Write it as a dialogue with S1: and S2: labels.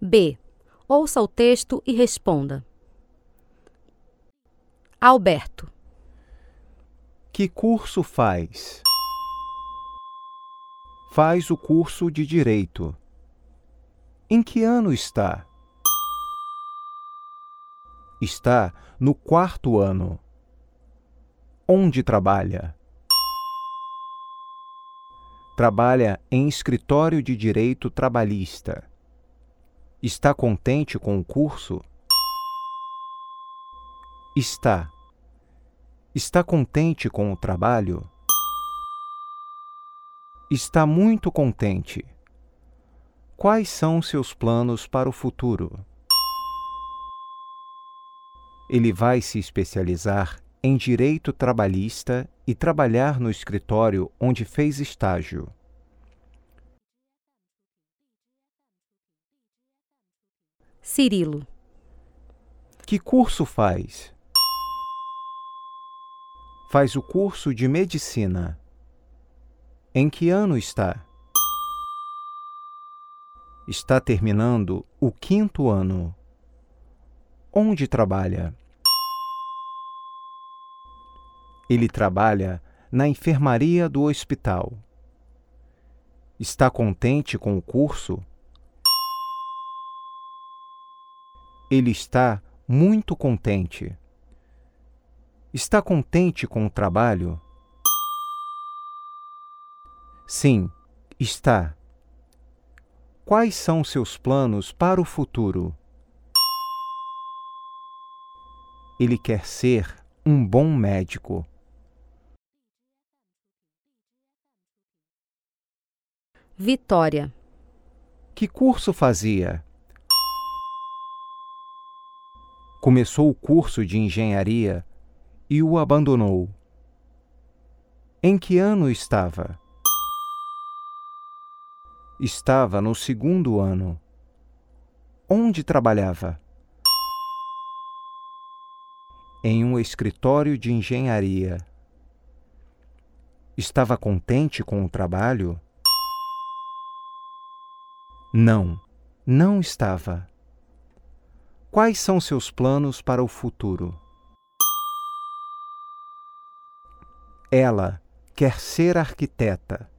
S1: B. Ouça o texto e responda. Alberto,
S2: Que curso faz? Faz o curso de Direito. Em que ano está? Está no quarto ano. Onde trabalha? Trabalha em escritório de direito trabalhista. Está contente com o curso? Está. Está contente com o trabalho? Está muito contente. Quais são seus planos para o futuro? Ele vai se especializar em direito trabalhista e trabalhar no escritório onde fez estágio.
S1: Cirilo,
S2: Que curso faz? Faz o curso de medicina. Em que ano está? Está terminando o quinto ano. Onde trabalha? Ele trabalha na enfermaria do hospital. Está contente com o curso? Ele está muito contente. Está contente com o trabalho? Sim, está. Quais são seus planos para o futuro? Ele quer ser um bom médico.
S1: Vitória,
S2: Que curso fazia? Começou o curso de engenharia e o abandonou. Em que ano estava? Estava no segundo ano. Onde trabalhava? Em um escritório de engenharia. Estava contente com o trabalho? Não, não estava. Quais são seus planos para o futuro? Ela quer ser arquiteta.